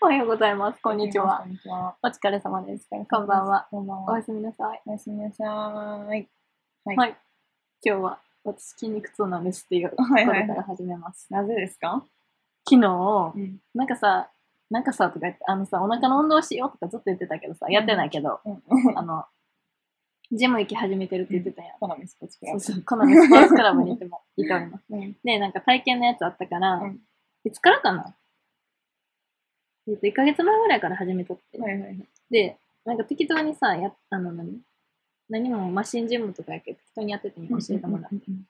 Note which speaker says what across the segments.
Speaker 1: おはようございます。こんにちは
Speaker 2: こ。んにちは。
Speaker 1: お疲れ様です。こんばんは。
Speaker 2: こんばん
Speaker 1: お
Speaker 2: は
Speaker 1: や。すみなさい。
Speaker 2: おやすみなさーい。はい
Speaker 1: はい。今日は、私筋肉痛なんですっていうとこ
Speaker 2: は
Speaker 1: ろ
Speaker 2: い
Speaker 1: か
Speaker 2: はい
Speaker 1: ら始めます。
Speaker 2: なぜですか
Speaker 1: 昨日、
Speaker 2: ん。
Speaker 1: なんかさ、なんかさとか言って、あのさ、お腹の運動しようとかずっと言ってたけどさ、やってないけど、
Speaker 2: うん。
Speaker 1: あの、ジム行き始めてるって言ってたやん。
Speaker 2: 好みスポーツクラ
Speaker 1: そう
Speaker 2: ブ。
Speaker 1: そう、このミスポーツクラブに行っても、行っております。
Speaker 2: うん。
Speaker 1: で、なんか体験のやつあったから、
Speaker 2: うん
Speaker 1: いつからかなえっと、1ヶ月前ぐらいから始めとって。
Speaker 2: はいはいはい。
Speaker 1: で、なんか適当にさ、やあの何、何もマシンジムとかやけど、適当にやっててんよ教えてもらって、
Speaker 2: うん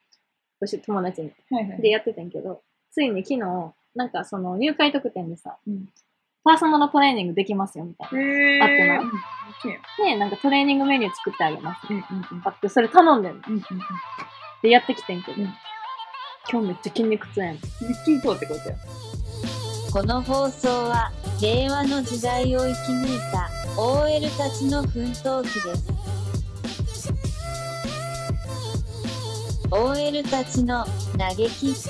Speaker 1: 教え友達に。
Speaker 2: はいはい。
Speaker 1: で、、やっててんけど、ついに昨日、なんかその入会特典でさ、
Speaker 2: うん。
Speaker 1: パーソナルトレーニングできますよみたい
Speaker 2: え
Speaker 1: な。合
Speaker 2: ー。
Speaker 1: ってない
Speaker 2: うん。OK よ
Speaker 1: で、なんかトレーニングメニュー作ってあげます。
Speaker 2: うんうん
Speaker 1: あって、それ頼んでんの。
Speaker 2: うん。うんうんうん。
Speaker 1: で、やってきてんけど、
Speaker 2: うん
Speaker 1: 今日めっちゃ筋肉痛やん。
Speaker 2: 日記行こうってことよ。
Speaker 3: この放送は令和の時代を生き抜いた OL たちの奮闘記です OL たちの嘆き室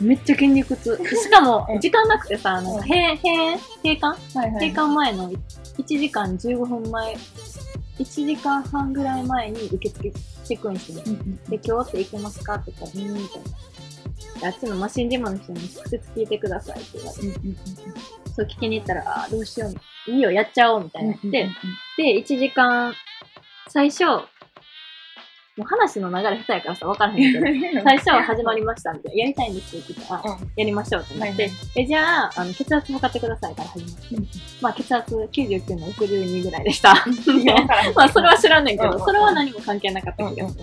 Speaker 1: めっちゃ筋肉痛。しかも
Speaker 2: う、ん
Speaker 1: 時間なくてさ、なんか閉、閉、閉館
Speaker 2: はい
Speaker 1: 閉
Speaker 2: は
Speaker 1: 館前の1時間15分前、1時間半ぐらい前に受付チェックインしてみて、
Speaker 2: うんうん。
Speaker 1: で、今日って行けますかって言ったら、うーん、みたいな。であっちのマシンジムの人に直接聞いてくださいって言われて、
Speaker 2: うんうん
Speaker 1: そう聞きに行ったら、ああー、どうしよう、いいよ、やっちゃおう、みたいになっ
Speaker 2: うん。
Speaker 1: て、、で、1時間、最初、もう話の流れ下手やからさ、分からへんけど、最初は始まりましたみたいな、やりたいんですって言ってたら、
Speaker 2: うん
Speaker 1: やりましょうってなって、
Speaker 2: はいは
Speaker 1: えじゃああの、血圧測ってくださいから始まって、
Speaker 2: うん
Speaker 1: まあ血圧99の62ぐらいでした。
Speaker 2: いやわからん
Speaker 1: まあそれは知らんねんけど、
Speaker 2: うん
Speaker 1: それは何も関係なかった
Speaker 2: うん
Speaker 1: け
Speaker 2: うん
Speaker 1: ど、
Speaker 2: う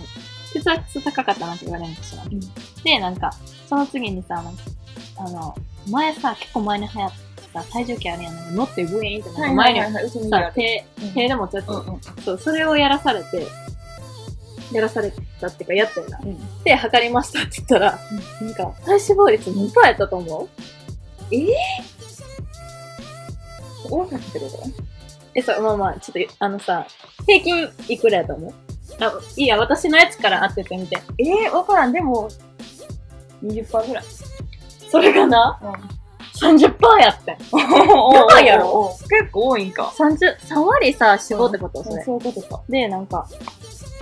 Speaker 2: ん。
Speaker 1: 血圧高かったなんて言われるかしらん
Speaker 2: うん
Speaker 1: で、なんか、その次にさ、なんかあの、前さ、結構前に流行った体重計あれやん、なんか乗ってブイーンってなんか前に
Speaker 2: はいはいはい、後ろにあ
Speaker 1: さ、
Speaker 2: る
Speaker 1: 手、手でもちょっ
Speaker 2: うん
Speaker 1: と、
Speaker 2: うん
Speaker 1: そう、それをやらされて、やらされたっていうか、やったよな。
Speaker 2: うん。
Speaker 1: で測りましたって言ったら、なんか体脂肪率何パーやったと思う
Speaker 2: 多かったってこと
Speaker 1: え、そう、まあまあ、ちょっと、あのさ、平均いくらやと思うあ、いいや、私のやつから当ててみて。
Speaker 2: えー、わからん。でも、20%ぐらい。
Speaker 1: それがな、
Speaker 2: うん。
Speaker 1: 30%やってん。
Speaker 2: や
Speaker 1: ばいやろ
Speaker 2: 結構多いんか。
Speaker 1: 30、3割さ、脂肪ってこと、それ。
Speaker 2: そういうことか。
Speaker 1: で、なんか、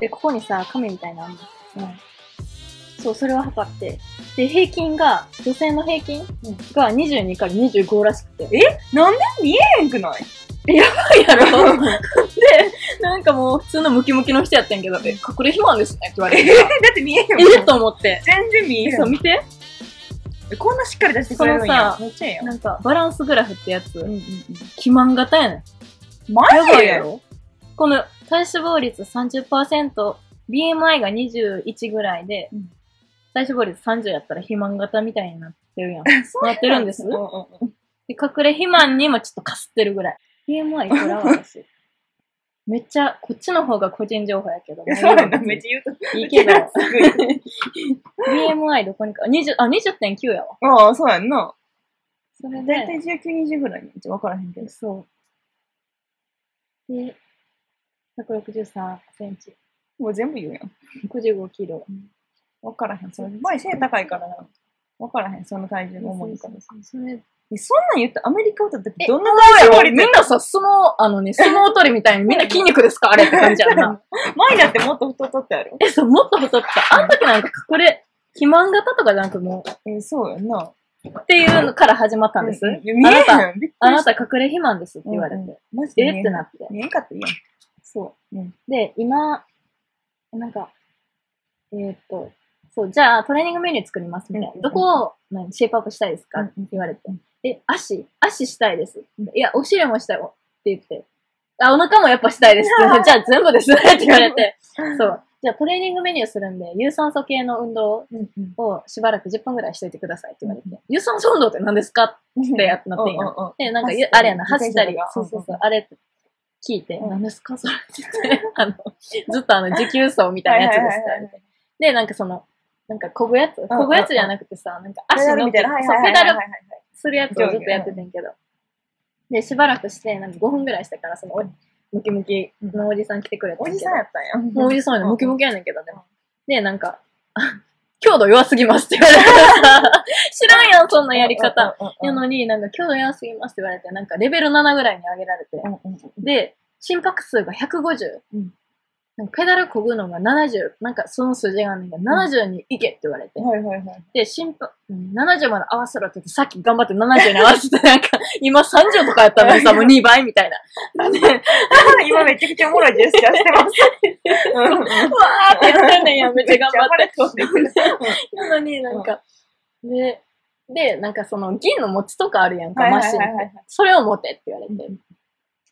Speaker 1: で、ここにさ、紙みたいなのあんのそう、それを測って。で、平均が、女性の平均
Speaker 2: うん
Speaker 1: が22から25らしくて。
Speaker 2: なんで見えへん くない
Speaker 1: や ろで、なんかもう普通のムキムキの人やってんけど、え、隠れ肥満ですねって言わ れて。
Speaker 2: だって見えへんもん。
Speaker 1: えっと思って。
Speaker 2: 全然見えへん
Speaker 1: そう、
Speaker 2: もん。
Speaker 1: 見て。
Speaker 2: こんなしっかり出してくれるんや。
Speaker 1: このさ
Speaker 2: めっちゃええやん。
Speaker 1: なんか、バランスグラフってやつ、
Speaker 2: うんうんうん。
Speaker 1: 肥満型やねん。
Speaker 2: マ
Speaker 1: やば
Speaker 2: ジ
Speaker 1: いやろこの、体脂肪率30%、BMI が21ぐらいで、
Speaker 2: うん
Speaker 1: 体脂肪率30やったら肥満型みたいになってるやん。
Speaker 2: そう
Speaker 1: なってるんです
Speaker 2: うんうんうん。
Speaker 1: で、隠れ肥満にもちょっとかすってる ぐらい。BMI いくら私。めっちゃ、こっちの方が個人情報やけど。
Speaker 2: いや そうやな。めっちゃ言うと。
Speaker 1: いいけど。
Speaker 2: すごい
Speaker 1: BMI どこにか、20、あ、20.9やわ。
Speaker 2: ああ、そうやんな。
Speaker 1: それ
Speaker 2: だいたい19、20ぐらいに。ちょっとわからへんけど。
Speaker 1: そう。で、163センチ、
Speaker 2: もう全部言うやん。
Speaker 1: 65キロ。
Speaker 2: わからへん。それ前背高いからな。わからへん。その体重が重いから。
Speaker 1: それ
Speaker 2: えそんなん言ったらアメリカを歌って
Speaker 1: え
Speaker 2: どんな体
Speaker 1: み
Speaker 2: 重
Speaker 1: んなさ、相撲、あの ね、相撲取りみたいにみんな筋肉ですかあれって感じやんな。
Speaker 2: 前だってもっと太っとったやろ。
Speaker 1: え、そう、もっと太った。あの時なんか、これ、肥満型とかじゃなくも
Speaker 2: えーそうやんな。
Speaker 1: う、っていうのから始まったんです。
Speaker 2: うん
Speaker 1: あ
Speaker 2: 見え
Speaker 1: なた、
Speaker 2: へん。びっく
Speaker 1: あ
Speaker 2: り
Speaker 1: な
Speaker 2: した
Speaker 1: 隠れ肥満ですって言われ
Speaker 2: うんう
Speaker 1: て
Speaker 2: ん。マジで
Speaker 1: え
Speaker 2: 見
Speaker 1: っ
Speaker 2: えへ
Speaker 1: て
Speaker 2: ん
Speaker 1: なって。
Speaker 2: 見えんかったやん。そうん。
Speaker 1: で、今、なんか、えーっと、そう、じゃあトレーニングメニュー作りますみたいな。
Speaker 2: うん
Speaker 1: どこを何シェイプアップしたいですか
Speaker 2: うん
Speaker 1: って言われて。え、足足したいです。いや、お尻もしたいわって言って。あ、お腹もやっぱしたい ですって言って。じゃあ全部ですねって言われて。そう。じゃあトレーニングメニューするんで、有酸素系の運動
Speaker 2: うんうん。
Speaker 1: をしばらく10分ぐらいしといてくださいって言われて。有酸素運動って何ですかってやってなってんや
Speaker 2: うんうんうん
Speaker 1: で、なんか
Speaker 2: 走っ
Speaker 1: ゆ、
Speaker 2: たり
Speaker 1: あれやな、走った
Speaker 2: 自転車と
Speaker 1: り
Speaker 2: か、、
Speaker 1: そうそうそううんあれって聞いて、
Speaker 2: うん
Speaker 1: 何ですかそれって言って、あの、ずっとあの、持久走みたいなやつですって言われてで、なんかその、なんか、こぐやつ
Speaker 2: うん
Speaker 1: こぐやつじゃなくてさ、なんか
Speaker 2: ペ
Speaker 1: 足
Speaker 2: ダル
Speaker 1: の、
Speaker 2: みたいな。
Speaker 1: そう
Speaker 2: はいはいは
Speaker 1: ペ
Speaker 2: い
Speaker 1: ダ
Speaker 2: は
Speaker 1: ル
Speaker 2: いはいはい。
Speaker 1: するやつをずっとやっててんけど。で、しばらくして、なんか5分ぐらいしてから、そのお、ムキムキのおじさん来てくれて
Speaker 2: おじさんやったんや。
Speaker 1: もうおじさんやね、
Speaker 2: うんん
Speaker 1: ムキムキやねんけど、で
Speaker 2: うん
Speaker 1: も。で、なんか、あ強度弱すぎますって言われてさ、そんなやり方。
Speaker 2: うん
Speaker 1: な
Speaker 2: うんうん
Speaker 1: のに、なんか今日早すぎますって言われて、なんかレベル7ぐらいに上げられて
Speaker 2: う、んうんうん
Speaker 1: で、心拍数が150。
Speaker 2: うん
Speaker 1: なんかペダル漕ぐのが70、なんかその数字があんねんけど、70に行けって言われて、
Speaker 2: はいはいはい。
Speaker 1: で、心拍、うん70まで合わせろって言って、さっき頑張って70に合わ せて、なんか、今30とかやったのにさ、もう2倍みたいな。
Speaker 2: 今めちゃくちゃおもろいジェスチャーしてます。うんうん
Speaker 1: うわーって言ってんねんや、めっちゃ頑張って。 なのになんか、で、で、なんかその銀の餅とかあるやんか、
Speaker 2: はいは
Speaker 1: マ
Speaker 2: い
Speaker 1: シン
Speaker 2: はいはい
Speaker 1: って。それを持てって言われて。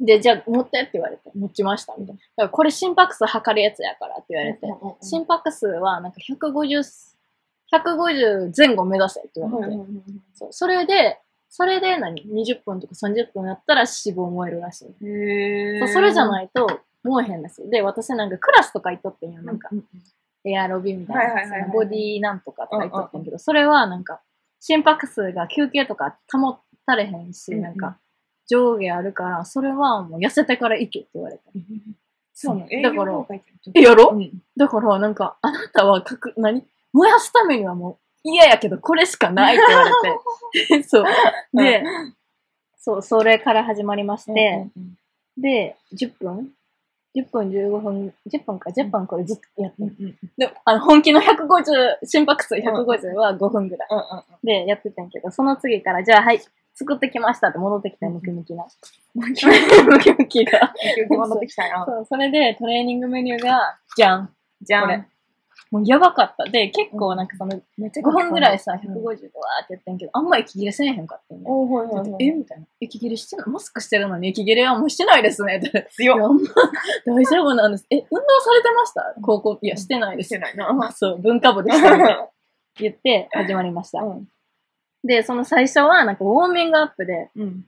Speaker 1: で、じゃあ持ってって言われて、持ちましたみたいな。だからこれ心拍数測るやつやからって言われて、心拍数はなんか150、150前後目指せって言われて、そうそれで、それで何 ?20 分とか30分やったら脂肪燃えるらしい。そうそれじゃ
Speaker 2: い。
Speaker 1: ないと燃えへんですよ。で、私なんかクラスとか行っとってんよ。なんか、エアロビみたいな、
Speaker 2: はいはいはいはい
Speaker 1: そのボディなんとかとか言っとったんやけど、それはなんか、心拍数が休憩とか保たれへんし、
Speaker 2: うんうん
Speaker 1: なんか、上下あるから、それはもう痩せてから行けって言われた。
Speaker 2: そうなの。
Speaker 1: だから
Speaker 2: 営業妨害ってこと
Speaker 1: えやろ
Speaker 2: うん
Speaker 1: だから、なんか、あなたはかく、何燃やすためにはもう嫌やけど、これしかないって言わ れて。そう。で、そう、それから始まりまして、
Speaker 2: うん
Speaker 1: で、10分 ?10 分15分、10分か、10分これずっとやって
Speaker 2: うんう
Speaker 1: る。
Speaker 2: んうんうん
Speaker 1: で、あの、本気の150、心拍数150は5分ぐらい。
Speaker 2: う
Speaker 1: で、やってたんやけど、その次から、じゃあはい、作ってきましたって戻ってきたムキムキな。ムキムキが。
Speaker 2: ん。営業戻ってきたな。
Speaker 1: そう、それでトレーニングメニューが、じゃん。
Speaker 2: じゃ
Speaker 1: こ
Speaker 2: ん
Speaker 1: れ。もうやばかった。で、結構なんかその、
Speaker 2: めっち
Speaker 1: 5分ぐらいさ、150
Speaker 2: うん
Speaker 1: でわーってやってんけど、あんま息切れせえへんかったんね。
Speaker 2: おーはいはいはい
Speaker 1: えみたいな。息切れしてんのマスクしてるのに息切れはもうしてないですね。ってい
Speaker 2: 強っ
Speaker 1: や、あんま 大丈夫なんです。え、運動されてました高校、いや、してないで
Speaker 2: し
Speaker 1: す
Speaker 2: て。ないな。
Speaker 1: そう、文化部でしたみたいな。 言って始まりました。
Speaker 2: うん
Speaker 1: で、その最初は、なんかウォーミングアップで、
Speaker 2: うん。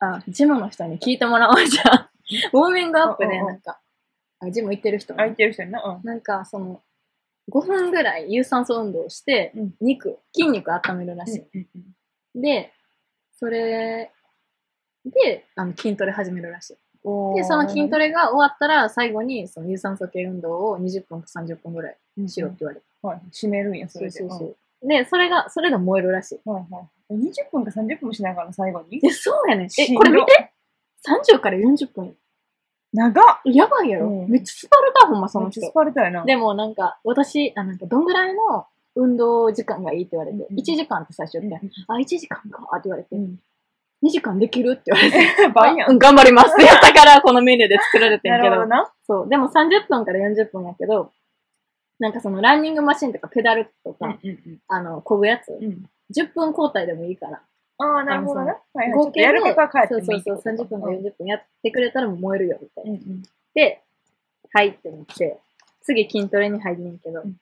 Speaker 1: あ、ジムの人に聞いてもらおうじゃあ ウォーミングアップ
Speaker 2: うんう
Speaker 1: で、
Speaker 2: んうん
Speaker 1: なんか、あジム行ってる人も
Speaker 2: 空いてる人にな。うん
Speaker 1: なんか、その、5分ぐらい有酸素運動をして
Speaker 2: うん、
Speaker 1: 肉、筋肉温めるらしい。で、それで、あの、筋トレ始めるらしい。で、その筋ト
Speaker 2: レ
Speaker 1: レが終わったら、最後に、その有酸素系運動を20分か30分ぐらいしろって言われて。
Speaker 2: はい。締めるんや、それで。
Speaker 1: そうそうそう。で、それが、それが燃えるらしい。
Speaker 2: うん。はいはい。20分か30分もしながら最後に。
Speaker 1: え、そうやねん。
Speaker 2: し
Speaker 1: え、
Speaker 2: んど
Speaker 1: これ見て !30 から40分。
Speaker 2: 長っ
Speaker 1: やばいやろ、
Speaker 2: うん
Speaker 1: めっちゃスパルタほんま、そ
Speaker 2: そ
Speaker 1: の
Speaker 2: の
Speaker 1: 人
Speaker 2: ス。パルタやな。
Speaker 1: でもなんか、私、あ、なんか、どんぐらいの運動時間がいいって言われて、
Speaker 2: うんうん
Speaker 1: 1時間って最初言って、あ、1時間かって言われて、
Speaker 2: うん。
Speaker 1: 2時間できるって言われて、
Speaker 2: 倍や。
Speaker 1: あうんん頑張りますってやったから、このメニューで作られて
Speaker 2: なん
Speaker 1: け
Speaker 2: るほ
Speaker 1: ど
Speaker 2: ど。な。
Speaker 1: そう。でも30分から40分やけど、なんかそのランニングマシンとかペダルとか、
Speaker 2: うん
Speaker 1: あの、こぐやつ、
Speaker 2: うん。
Speaker 1: 10分交代でもいいから。
Speaker 2: ああ、なるほどね。はいはい。ちょ
Speaker 1: 合
Speaker 2: っと
Speaker 1: 計で、
Speaker 2: やることは帰ってもいい。
Speaker 1: そうそうそう、30分から40分やってくれたらもう燃えるよ、みたいな。
Speaker 2: うんうん。
Speaker 1: で、はいって思って、次筋トレに入んねんけど、
Speaker 2: うん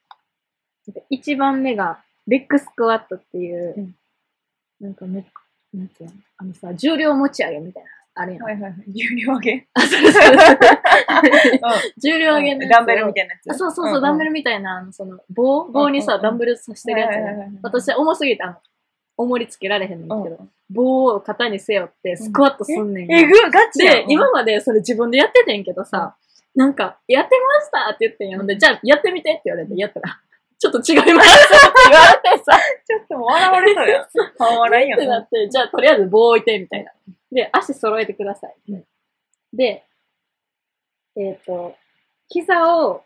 Speaker 1: 1番目が、レッグスクワットっていう、
Speaker 2: うん
Speaker 1: なんかめ、なんていうのあのさ、重量持ち上げみたいな、あれやん。
Speaker 2: はいはいはい。重量上げ。
Speaker 1: あ、そうそうそう。 重量上げのやつを
Speaker 2: ダンベルみたいなや
Speaker 1: あ
Speaker 2: つ。
Speaker 1: そうそうそう、ダンベルみたいな、あの、その、棒棒に
Speaker 2: うん
Speaker 1: さ、
Speaker 2: うん
Speaker 1: ダンベルさしてるやつ
Speaker 2: はいはいはい
Speaker 1: ね。
Speaker 2: はい。
Speaker 1: 私、重すぎて、あの、重りつけられへんねん
Speaker 2: うん
Speaker 1: けど、棒を肩に背負って、スクワットすんねんよ。
Speaker 2: えぐガチや
Speaker 1: で、
Speaker 2: ん
Speaker 1: 今までそれ自分でやっててんけどさ、なんか、やってましたって言ってんやん。で、じゃあ、やってみてって言われて、やったら、ちょっと違 いますって言われてさ、
Speaker 2: ちょっと笑われそ うやん。半笑いや。
Speaker 1: ってなんって、じゃあ、とりあえず棒置いて、みたいな。で、足揃えてください。で、えっ、と、膝を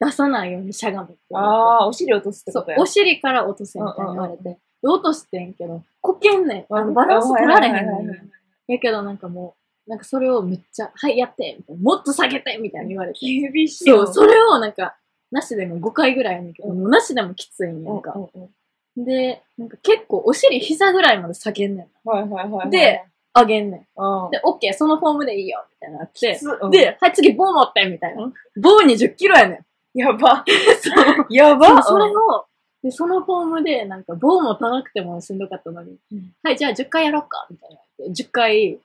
Speaker 1: 出さないようにしゃがむって言われて。
Speaker 2: ああ、お尻落とすって
Speaker 1: そ
Speaker 2: こ
Speaker 1: う
Speaker 2: とや、ん。
Speaker 1: お尻から落とせみたいに言われ
Speaker 2: うん
Speaker 1: て。で落としてんけど、こけんねん。あのバランス取られへんね
Speaker 2: はいはいはいは
Speaker 1: ん。やけどなんかもう、なんかそれをめっちゃ、はい、やってみたいな。もっと下げてみたいに言われて。
Speaker 2: い。厳しい
Speaker 1: そ
Speaker 2: よ。
Speaker 1: う、それをなんか、なしでも5回ぐらいやねんけど、
Speaker 2: うん
Speaker 1: もうなしでもきついん
Speaker 2: う
Speaker 1: や
Speaker 2: んうん
Speaker 1: か。
Speaker 2: ん
Speaker 1: で、なんか結構お尻膝ぐらいまで下げんねん。
Speaker 2: はいはいはい。
Speaker 1: で、あげんねん。
Speaker 2: うん、
Speaker 1: で、オッケー、そのフォームでいいよ、みたいになって。
Speaker 2: うん、
Speaker 1: で、はい、次棒持って、みたいうな。棒20キロやねん。
Speaker 2: やば。や
Speaker 1: そ
Speaker 2: ば。
Speaker 1: うそれを、で、そのフォームで、なんか、棒も高くてもしんどかったのに、
Speaker 2: うん
Speaker 1: はい、じゃあ10回やろうか、みたいな。10回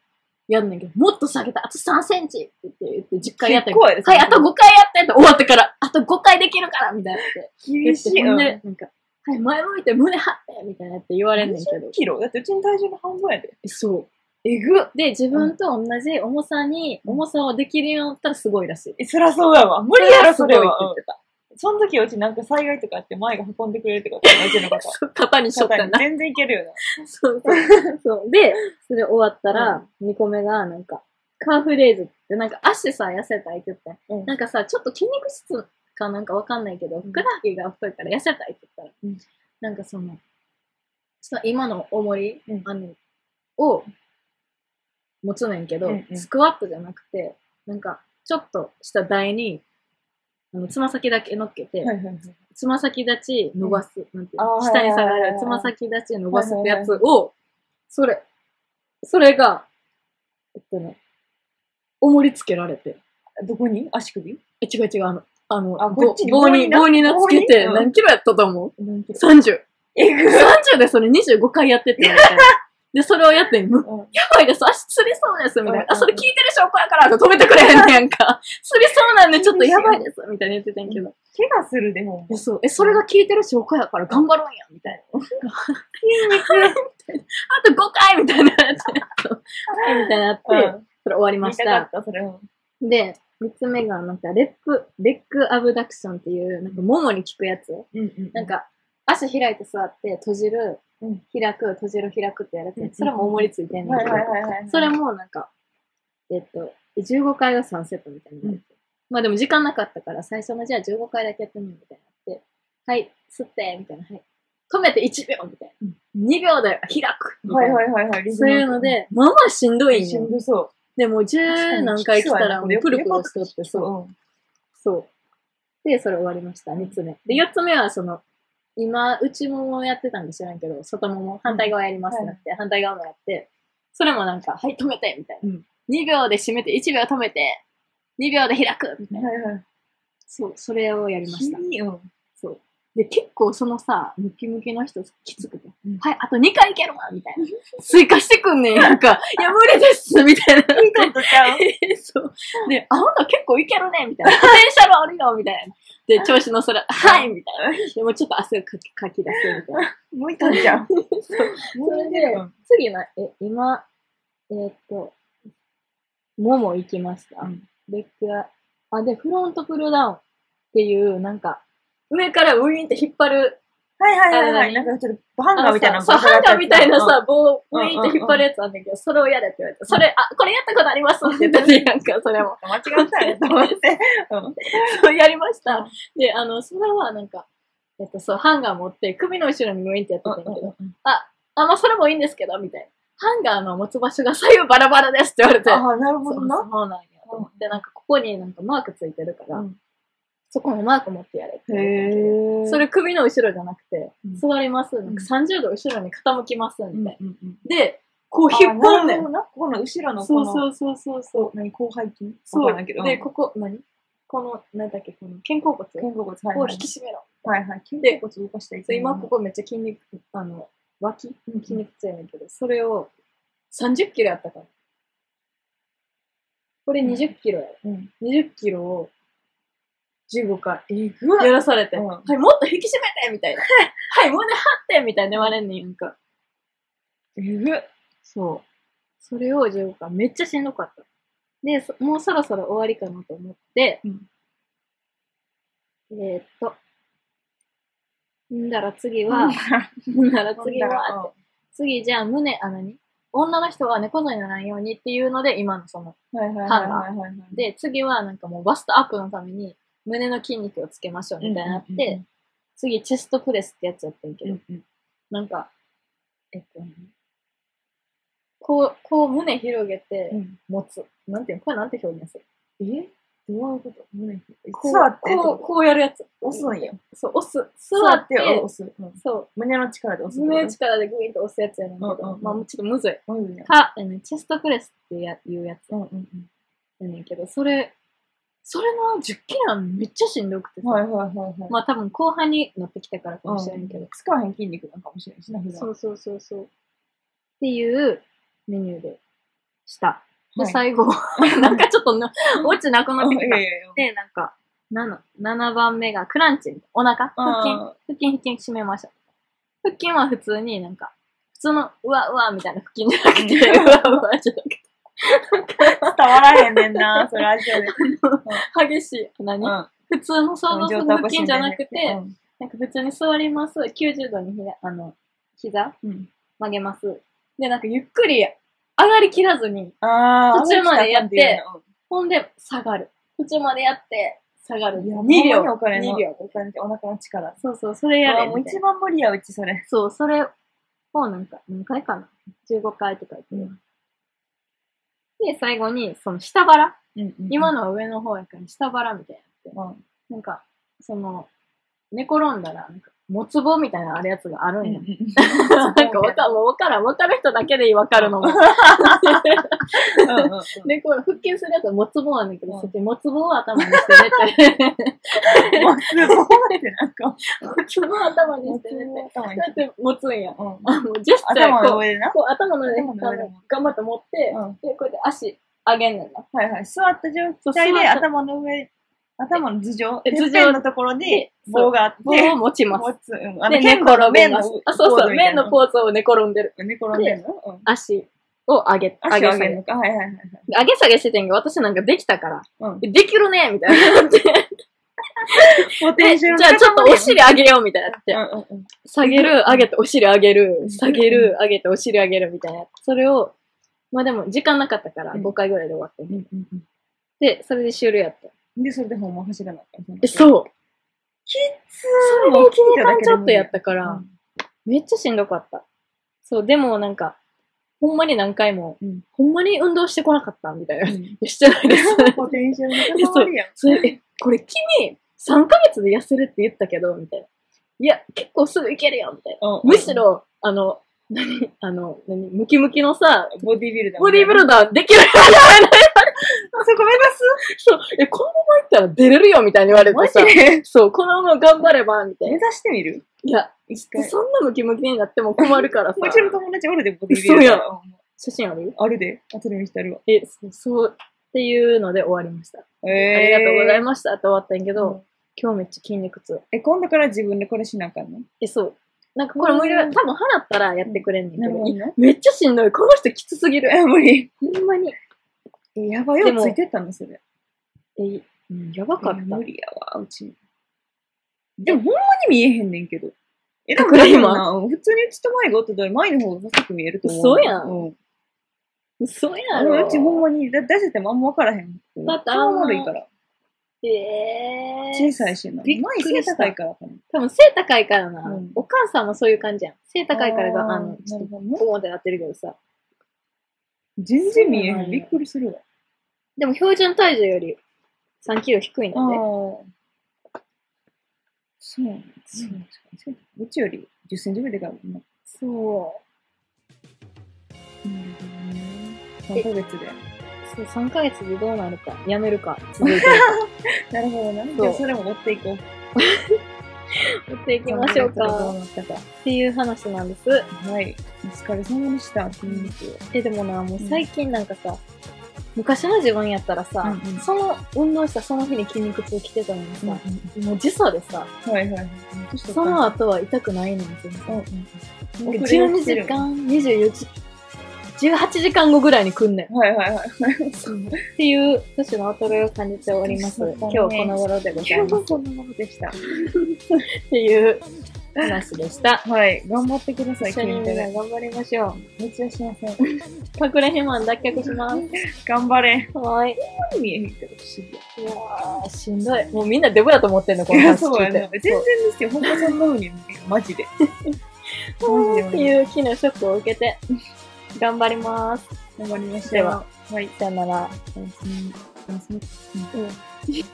Speaker 1: やんねんけど、もっと下げた、あと3センチって言って、言って10回やったけど
Speaker 2: 結構やで
Speaker 1: はい、あと5回やってって終わってから、あと5回できるから、みたいなって。
Speaker 2: 厳しい。
Speaker 1: 言ってほん
Speaker 2: う
Speaker 1: で
Speaker 2: ん、
Speaker 1: なんか、はい、前向いて胸張って、みたいなって言われんねんけど
Speaker 2: 20。キロだってうちの体重の半分やで。
Speaker 1: そう。
Speaker 2: えぐっ。
Speaker 1: で、自分と同じ重さに、
Speaker 2: うん
Speaker 1: 重さをできるようになったらすごいらしい。
Speaker 2: え、そらそうやわ。無理やろ、それは。
Speaker 1: ってた。
Speaker 2: その時うちなんか災害とかあって前が運んでくれるってことうちの 方。
Speaker 1: そう肩にしょったな。
Speaker 2: 全然いけるよな。
Speaker 1: そうそう そう。で、それ終わったら、2個目が、なんか、カーフレーズって、なんか足さ、痩せたいって言って、
Speaker 2: うん
Speaker 1: なんかさ、ちょっと筋肉質かなんかわかんないけど、ふくらはぎが太いから痩せたいって言ったら、
Speaker 2: うん
Speaker 1: なんかその、ちょっと今の重り、
Speaker 2: うん
Speaker 1: あの、を持つねんけど、
Speaker 2: うんうん
Speaker 1: スクワットじゃなくて、なんか、ちょっとした台に、あの、つま先だけ乗っけて、
Speaker 2: はいはいはい。
Speaker 1: つま先立ち伸ばす。なんていうの
Speaker 2: あー
Speaker 1: 下に下が
Speaker 2: はいはいはいは
Speaker 1: る
Speaker 2: い
Speaker 1: つま先立ち伸ばすってやつを、それ、それが、えっとね、重りつけられて。
Speaker 2: どこに足首
Speaker 1: え、違う違う、あの、あの、
Speaker 2: あ
Speaker 1: 棒
Speaker 2: こっちに
Speaker 1: 棒
Speaker 2: 棒
Speaker 1: に、
Speaker 2: にな
Speaker 1: 棒になつけて、
Speaker 2: 棒にうん
Speaker 1: 何キロやったと思う
Speaker 2: 何キロ
Speaker 1: ?30。
Speaker 2: えぐ
Speaker 1: 30でそれ25回やってて。みたいな で、それをやって、むっ
Speaker 2: うん
Speaker 1: やばいです、足つりそうです、みたいな
Speaker 2: う。ん
Speaker 1: あ、それ聞いてる証拠やから、止めてくれへんねやん か。つりそうなんで、ちょっとやばいです、みたいな言ってたんやけど。
Speaker 2: 怪我するで、ほん
Speaker 1: え、
Speaker 2: ま。
Speaker 1: そう。え、それが聞いてる証拠やから頑張ろうんや、みたいな。 あと5回みたいなやつ。 そうみたいなやって、
Speaker 2: うん
Speaker 1: それ終わりま
Speaker 2: 見
Speaker 1: した
Speaker 2: か
Speaker 1: た
Speaker 2: っ。た、それも。
Speaker 1: で、3つ目が、なんか、レップ、レッグアブダクションっていう、なんか、ももに効くやつ。
Speaker 2: うんうん
Speaker 1: なん、か、足開いて座って、閉じる
Speaker 2: うん、
Speaker 1: 開く、閉じる、開くってやるやつ
Speaker 2: うんうん
Speaker 1: それも重りついてんの
Speaker 2: はい。はいはいはい。
Speaker 1: それ、も、なんか、えっと、15回が3セットみたいになって。まあでも時間なかったから、最初のじゃあ15回だけやってみようみたいになって、はい、吸って、みたいな、はい。止めて1秒みたいな。2秒だよ、開くみた
Speaker 2: はいい
Speaker 1: な。
Speaker 2: はいはいはい。リズ
Speaker 1: そう
Speaker 2: ム
Speaker 1: いうの、で、まあまあしんどいん
Speaker 2: しん
Speaker 1: よ。
Speaker 2: どそう。
Speaker 1: でもう十何回来たら、もうプルプルしとって、そう。
Speaker 2: そう。
Speaker 1: そう。で、それ終わりました、3つ目。で、4つ目は、その、今、内ももやってたんで知らんけど、外もも、反対側やりますってなって、反対側もやって、それもなんか、はい、止めてみたいな
Speaker 2: うん。
Speaker 1: 2秒で締めて、1秒止めて、2秒で開くみたいな。
Speaker 2: はいはい。
Speaker 1: そう、それをやりました。
Speaker 2: いうん。
Speaker 1: そう。で、結構そのさ、ムキムキの人きつくて、
Speaker 2: うん
Speaker 1: はい、あと2回いけるわみたい な。追加してくんねん、なんか、いや、無理ですみたいな。
Speaker 2: いいことちゃう。
Speaker 1: そう。で、あ、ほんと結構いけるねみたい な。ポテンシャルあるよみたいな。 で、調子のそれ、はいみたいな。でもちょっと汗をかきかき出すみたいな。
Speaker 2: もう一回じゃん。そ
Speaker 1: それで、次の、え、今、えーっと、もも行きました。
Speaker 2: うん
Speaker 1: レッグアあ、で、フロントプルダウンっていう、なんか、上からウィーンって引っ張る
Speaker 2: はいはいはいは
Speaker 1: あ
Speaker 2: い。なんかちょっとハンガーみたいな。
Speaker 1: そう、ハンガーみたいな
Speaker 2: うん。
Speaker 1: さ、棒をウィーンって引っ張るやつあんだけど、それをやれって言われて、それ、あ、これやったことありますって言ったじゃんか、それも。
Speaker 2: 間違ったよと思って。
Speaker 1: そう やりました。で、あの、それはなんか、えっと、そう、ハンガー持って、首の後ろにウィーンってやってたんだけど、あ、まあ、それもいいんですけど、みたいな。ハンガーの持つ場所が左右バラバラですって言われて、
Speaker 2: ああ、なる
Speaker 1: そ
Speaker 2: ほ
Speaker 1: うそ
Speaker 2: ど
Speaker 1: う
Speaker 2: な。
Speaker 1: なんやと思って、なんかここになんかマークついてるから、
Speaker 2: うん
Speaker 1: そこのマーク持ってやれって言われて。
Speaker 2: へ
Speaker 1: それ首の後ろじゃなくて、
Speaker 2: うん
Speaker 1: 座ります。なんか30度後ろに傾きますんで。
Speaker 2: うんうんうん。
Speaker 1: で、こう引っ張るね
Speaker 2: あなるほ
Speaker 1: ん。
Speaker 2: どなここの後ろの
Speaker 1: そ
Speaker 2: こ
Speaker 1: う
Speaker 2: の、
Speaker 1: そうそうそうそう。
Speaker 2: 何、広背筋わ
Speaker 1: そ
Speaker 2: か
Speaker 1: う
Speaker 2: らんけど。
Speaker 1: で、ここ、何この、なんだっけ、この肩甲骨
Speaker 2: 肩甲骨
Speaker 1: を
Speaker 2: はい
Speaker 1: 引き締めろ。
Speaker 2: はいはい。肩甲骨動かしてい
Speaker 1: そう今ここめっちゃ筋肉、あの、脇
Speaker 2: うん
Speaker 1: 筋肉痛やねんけど、それを30キロやったから。これ20キロやろ。
Speaker 2: うん。
Speaker 1: 20キロを15回
Speaker 2: えぐっ
Speaker 1: やらされて、
Speaker 2: うん
Speaker 1: はい、もっと引き締めてみたいな。 はい、胸張ってみたいな言われんねんやんか。
Speaker 2: えぐっ
Speaker 1: そう。それを15回、めっちゃしんどかった。で、そもうそろそろ終わりかなと思って、
Speaker 2: うん
Speaker 1: えーっと、んだら次は、 んだら次は、次じゃあ胸、あ、何女の人は猫背にならんようにっていうので、今のその。
Speaker 2: はいはいはいはいはい。
Speaker 1: で、次はなんかもうバストアップのために胸の筋肉をつけましょうみたいになって、
Speaker 2: うんうんうんうん
Speaker 1: 次チェストプレスってやつやってんけど、
Speaker 2: うんうん、
Speaker 1: なんか、えっと、こう、こう胸広げて、持つ。なんていうのこれなんて表現する
Speaker 2: えどういうこと胸に
Speaker 1: こう
Speaker 2: 座って
Speaker 1: こう、こうやるやつ。
Speaker 2: 押すんや。
Speaker 1: そう、押す。座
Speaker 2: 座
Speaker 1: っ、
Speaker 2: ってて押す。うん
Speaker 1: そう、
Speaker 2: 胸の力で押す。
Speaker 1: 胸の力でグインと押すやつやねんけど、
Speaker 2: うんうんうん
Speaker 1: まあちょっとむずい。
Speaker 2: うんうん
Speaker 1: か、あのチェストプレスってやいうやつや
Speaker 2: うんうん
Speaker 1: ねんけど、それ、それの10キロはめっちゃしんどくて
Speaker 2: うん
Speaker 1: さ、
Speaker 2: はいはいはいはい。
Speaker 1: まあ多分後半になってきたからかもしれんけど、
Speaker 2: 使わへん筋肉なんかもしれんしな、普段。
Speaker 1: そうそうそうそう。っていうメニューでした。で、
Speaker 2: はい
Speaker 1: 最後、 なんかちょっとな、落ちなくなって
Speaker 2: い
Speaker 1: き
Speaker 2: やい
Speaker 1: た
Speaker 2: や。いや。
Speaker 1: で、なんか、7, 7番目がクランチ。お腹腹筋。
Speaker 2: あ
Speaker 1: 腹筋、腹筋締めましょう。腹筋は普通になんか、普通の、うわうわみたいな腹筋じゃなくて、
Speaker 2: う
Speaker 1: うわうわじゃなくて、
Speaker 2: ー伝わらへんねんな、それラジオで。
Speaker 1: 激しい、何、
Speaker 2: うん
Speaker 1: 普通の想像する腹筋じゃなくて、
Speaker 2: うん
Speaker 1: なんか普通に座ります。90度にひら、あの、膝
Speaker 2: うん。
Speaker 1: 曲げます。で、なんかゆっくり上がりきらずに、
Speaker 2: あー
Speaker 1: 途中までやって、
Speaker 2: うん
Speaker 1: ほんで下がる。途中までやって、下がる。
Speaker 2: いや、
Speaker 1: 2
Speaker 2: 2秒。
Speaker 1: 秒。
Speaker 2: お金
Speaker 1: 2
Speaker 2: の
Speaker 1: 秒。
Speaker 2: お金ってお腹の力。
Speaker 1: そうそう、それやれ
Speaker 2: あー
Speaker 1: み
Speaker 2: も
Speaker 1: た
Speaker 2: う
Speaker 1: いな
Speaker 2: 一番無理や、うちそれ。
Speaker 1: そう、それをなんか、何回かな ?15 回とか言ってる。で、最後に、その下腹、
Speaker 2: うんうん
Speaker 1: 今のは上の方やから下腹みたいなのやって、
Speaker 2: うん
Speaker 1: なんか、その、寝転んだら、なんか、もつぼみたいなあるやつがあるんや。 なんかわか、もうわからん、わかる人だけでわかるのも。
Speaker 2: うんうん
Speaker 1: で、これ、腹筋するやつはもつぼなんだけど、そっちもつぼを頭にしてねって。
Speaker 2: もうすごいってなんか、
Speaker 1: もつぼを頭に
Speaker 2: も
Speaker 1: し
Speaker 2: う
Speaker 1: てねって。
Speaker 2: 頭に
Speaker 1: だって、持つんや。
Speaker 2: うん
Speaker 1: あ、もうジェスチャー
Speaker 2: 頭
Speaker 1: こ
Speaker 2: の
Speaker 1: う、
Speaker 2: 上でな。
Speaker 1: こう頭の上で
Speaker 2: 頭の上で持つ
Speaker 1: 頑張って持って、
Speaker 2: うん
Speaker 1: で、こうやって足上げんねんな。
Speaker 2: はいはい。座った状態
Speaker 1: そう
Speaker 2: で
Speaker 1: 座った
Speaker 2: 頭の上、頭の頭上、
Speaker 1: え
Speaker 2: 頭
Speaker 1: 頭上
Speaker 2: 上のところに棒があって、
Speaker 1: 棒を持ちます。
Speaker 2: 持つ。うんあ
Speaker 1: で、寝
Speaker 2: の、剣道の
Speaker 1: 転
Speaker 2: 面
Speaker 1: び
Speaker 2: の
Speaker 1: ます。あ、そうそう、面の
Speaker 2: ー
Speaker 1: ポーズを寝転んでる。
Speaker 2: ズみたいな。寝転んでんのうん
Speaker 1: 足を上げ、
Speaker 2: 足を上げる
Speaker 1: 下
Speaker 2: のか。はいはいはい。
Speaker 1: げ。上げ下げしててんけど、私なんかできたから、
Speaker 2: うん。
Speaker 1: できるねみたいに なって、
Speaker 2: ポ
Speaker 1: でじゃあちょっとお尻上げようみたいになって
Speaker 2: う、んうんうん。
Speaker 1: 下げる、上げて、お尻上げる、下げる、上げて、お尻上げるみたいな。それを、まあでも時間なかったから
Speaker 2: うん
Speaker 1: 5回ぐらいで終わって
Speaker 2: うんうんう
Speaker 1: で、それで終了やった。
Speaker 2: んで、それで訪問走らなあかった。
Speaker 1: え、そう。それ
Speaker 2: そ
Speaker 1: で1時間ちょっとやったか、
Speaker 2: から
Speaker 1: めっちゃしんどかった。そう、でもなんか、ほんまに何回も、
Speaker 2: うん
Speaker 1: ほんまに運動してこなかったみたいな。 い
Speaker 2: うん。
Speaker 1: やしてないです。
Speaker 2: ポテンシャルの塊やん。
Speaker 1: それえ、これ君、3ヶ月で痩せるって言ったけど、みたいな。いや、結構すぐいけるよ、みたいな。
Speaker 2: うんうん
Speaker 1: むし、ろ、あの、何、あの、何、ムキムキのさ、
Speaker 2: ボディービルダー。
Speaker 1: ボディービル
Speaker 2: ダー。
Speaker 1: ダーでき るよ、みたいな。
Speaker 2: そこ目指す
Speaker 1: そう、え、このままいったら出れるよ、みたいに言われてさ
Speaker 2: マ。ジで
Speaker 1: そう、このまま頑張れば、みたい
Speaker 2: 目
Speaker 1: な。
Speaker 2: 指してみる
Speaker 1: いや、
Speaker 2: 一回。
Speaker 1: そんなムキムキになっても困る からさ。
Speaker 2: うちの友達おるで、ボディービル
Speaker 1: 嘘や
Speaker 2: ダー。うん
Speaker 1: 写真ある
Speaker 2: あるで。後で見してあるわ。
Speaker 1: え、そう、そう、っていうので終わりました。
Speaker 2: え
Speaker 1: ありがとうござい
Speaker 2: ま
Speaker 1: ましたって終わったんやけど、
Speaker 2: うん
Speaker 1: 今日めっちゃ筋肉痛。
Speaker 2: す。え、今度から自分でこれしなあかんの
Speaker 1: え、そう。なんかこれ無理や、
Speaker 2: うん
Speaker 1: 多分払ったらやってくれんねんけど、い
Speaker 2: ね。
Speaker 1: めっちゃしんどい。この人きつすぎ る。
Speaker 2: え、無理。
Speaker 1: ほんまに。
Speaker 2: やばい
Speaker 1: で
Speaker 2: よ、
Speaker 1: も
Speaker 2: ついてったんですよ。
Speaker 1: え、うんやばかっ
Speaker 2: いや
Speaker 1: た
Speaker 2: 無。理やわ、うち。でも、ほんまに見えへんねんけど。え、でも、
Speaker 1: 隠れ今
Speaker 2: な普通にうちと前がおってたら、前の方が細く見えると思う。
Speaker 1: 嘘やん
Speaker 2: うん。
Speaker 1: 嘘や
Speaker 2: あの
Speaker 1: ろ。
Speaker 2: うちほんまに、だ出せてもあんま分からへん。
Speaker 1: だってあん
Speaker 2: 顔
Speaker 1: ま
Speaker 2: 悪いから。
Speaker 1: えー
Speaker 2: 小さいしな。
Speaker 1: び
Speaker 2: 前
Speaker 1: っく
Speaker 2: 背
Speaker 1: りした
Speaker 2: 高いからかな。
Speaker 1: 多分背高いからな、
Speaker 2: うん
Speaker 1: お母さんもそういう感じやん。背高いからが、あ
Speaker 2: あー
Speaker 1: の、ちょっ
Speaker 2: な
Speaker 1: と
Speaker 2: るほどね
Speaker 1: ボーンってなってるけどさ。
Speaker 2: 全然見えへ
Speaker 1: そうなん
Speaker 2: ん。
Speaker 1: や
Speaker 2: びっくりするわ。
Speaker 1: でも標準体重より3キロ低いんだね。
Speaker 2: あ。そうなんですね。そううちより10センチぐらいでかいもんな。
Speaker 1: そう。
Speaker 2: 3ヶ月で。
Speaker 1: そう、3ヶ月でどうなるか、やめる か、続いて
Speaker 2: なるほどな。
Speaker 1: う
Speaker 2: じゃあそれも持っていこう。
Speaker 1: やっていきま しょう
Speaker 2: 3ヶ月でどう
Speaker 1: か。
Speaker 2: なったか。
Speaker 1: っていう話なんです。
Speaker 2: はい。お疲れ様でした。筋肉。
Speaker 1: え、でもな、もう最近なんかさ、昔の自分やったらさ、
Speaker 2: うんうん
Speaker 1: その運動したその日に筋肉痛来てたのにさ、もう時差でさ、
Speaker 2: はいはい。
Speaker 1: その後は痛くないのに全
Speaker 2: う
Speaker 1: 然
Speaker 2: んうん。
Speaker 1: なんか
Speaker 2: 遅れが
Speaker 1: 12
Speaker 2: 来てる
Speaker 1: 時間、24時、18時間後ぐらいに来んねん。
Speaker 2: はいはいはい。
Speaker 1: っていう、年のアトロイを感じております。
Speaker 2: そうだ
Speaker 1: 今
Speaker 2: ね
Speaker 1: 日この頃でございます。
Speaker 2: そんなものでした。
Speaker 1: っていう 話でした。
Speaker 2: はい。頑張ってください、
Speaker 1: 一緒
Speaker 2: 筋
Speaker 1: にみ
Speaker 2: 肉
Speaker 1: んな
Speaker 2: で。
Speaker 1: 頑張りましょ
Speaker 2: めっちゃしません。
Speaker 1: う。隠れ肥満脱却し ます。
Speaker 2: 頑張れ。
Speaker 1: はーい。
Speaker 2: 見えへんけど、不思議や。
Speaker 1: いやー、しんどい。もうみんなデブだと思ってんの、この話
Speaker 2: そう
Speaker 1: 聞
Speaker 2: や
Speaker 1: い
Speaker 2: な。
Speaker 1: て。
Speaker 2: 全然ですよ。ほんまそんな風に見える。マジで。
Speaker 1: そう
Speaker 2: マジで
Speaker 1: っていう機のショックを受けて、頑張ります。
Speaker 2: 頑張りまし
Speaker 1: で
Speaker 2: た
Speaker 1: は。
Speaker 2: はい。
Speaker 1: さよなら。
Speaker 2: おやすみ。おやすみ。